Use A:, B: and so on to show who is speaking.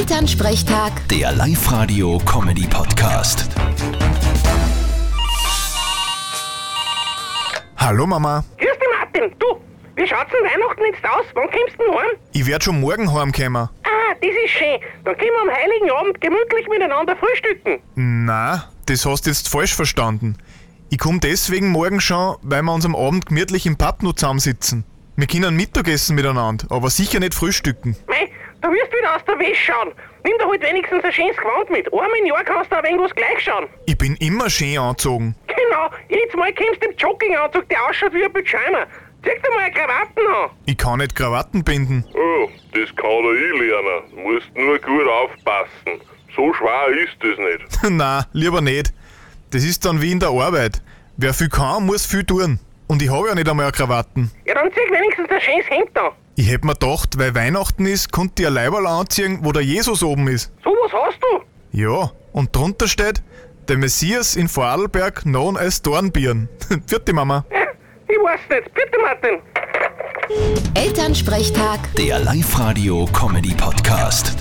A: Elternsprechtag,
B: Der Live-Radio-Comedy-Podcast.
C: Hallo Mama,
D: Grüß dich, Martin. Du, wie schaut's denn Weihnachten jetzt aus? Wann kommst du denn heim?
C: ich werd schon morgen heimkommen.
D: Ah, das ist schön. Dann können wir am Heiligen Abend gemütlich miteinander frühstücken.
C: Na, das hast jetzt falsch verstanden. Ich komm deswegen morgen schon, weil wir uns am Abend gemütlich im Pub noch zusammensitzen. Wir können Mittagessen miteinander, aber sicher nicht frühstücken.
D: Mei, du wirst wieder aus der Wäsche schauen. Nimm dir halt wenigstens ein schönes Gewand mit. Einmal im Jahr kannst du ein wenig was gleich schauen.
C: Ich bin immer schön angezogen.
D: Genau, jedes Mal kommst du im Jogginganzug, der ausschaut wie ein Pyjama. Zieh dir mal eine Krawatten an.
C: Ich kann nicht Krawatten binden.
E: Oh, das kann er eh lernen. Du musst nur gut aufpassen. So schwer ist das nicht.
C: Na, lieber nicht. Das ist dann wie in der Arbeit. Wer viel kann, muss viel tun. Und ich habe ja nicht einmal eine Krawatten.
D: Ja, dann zieh wenigstens ein schönes Hemd an.
C: Ich hätt mir gedacht, weil Weihnachten ist, konnte ich ein Leiberl anziehen, wo der Jesus oben ist.
D: So was hast du?
C: Ja, und drunter steht, der Messias in Vorarlberg known as Dornbirn. Vierte Mama.
D: Ja, ich weiß nicht. Bitte, Martin.
A: Elternsprechtag.
B: Der Live-Radio-Comedy-Podcast.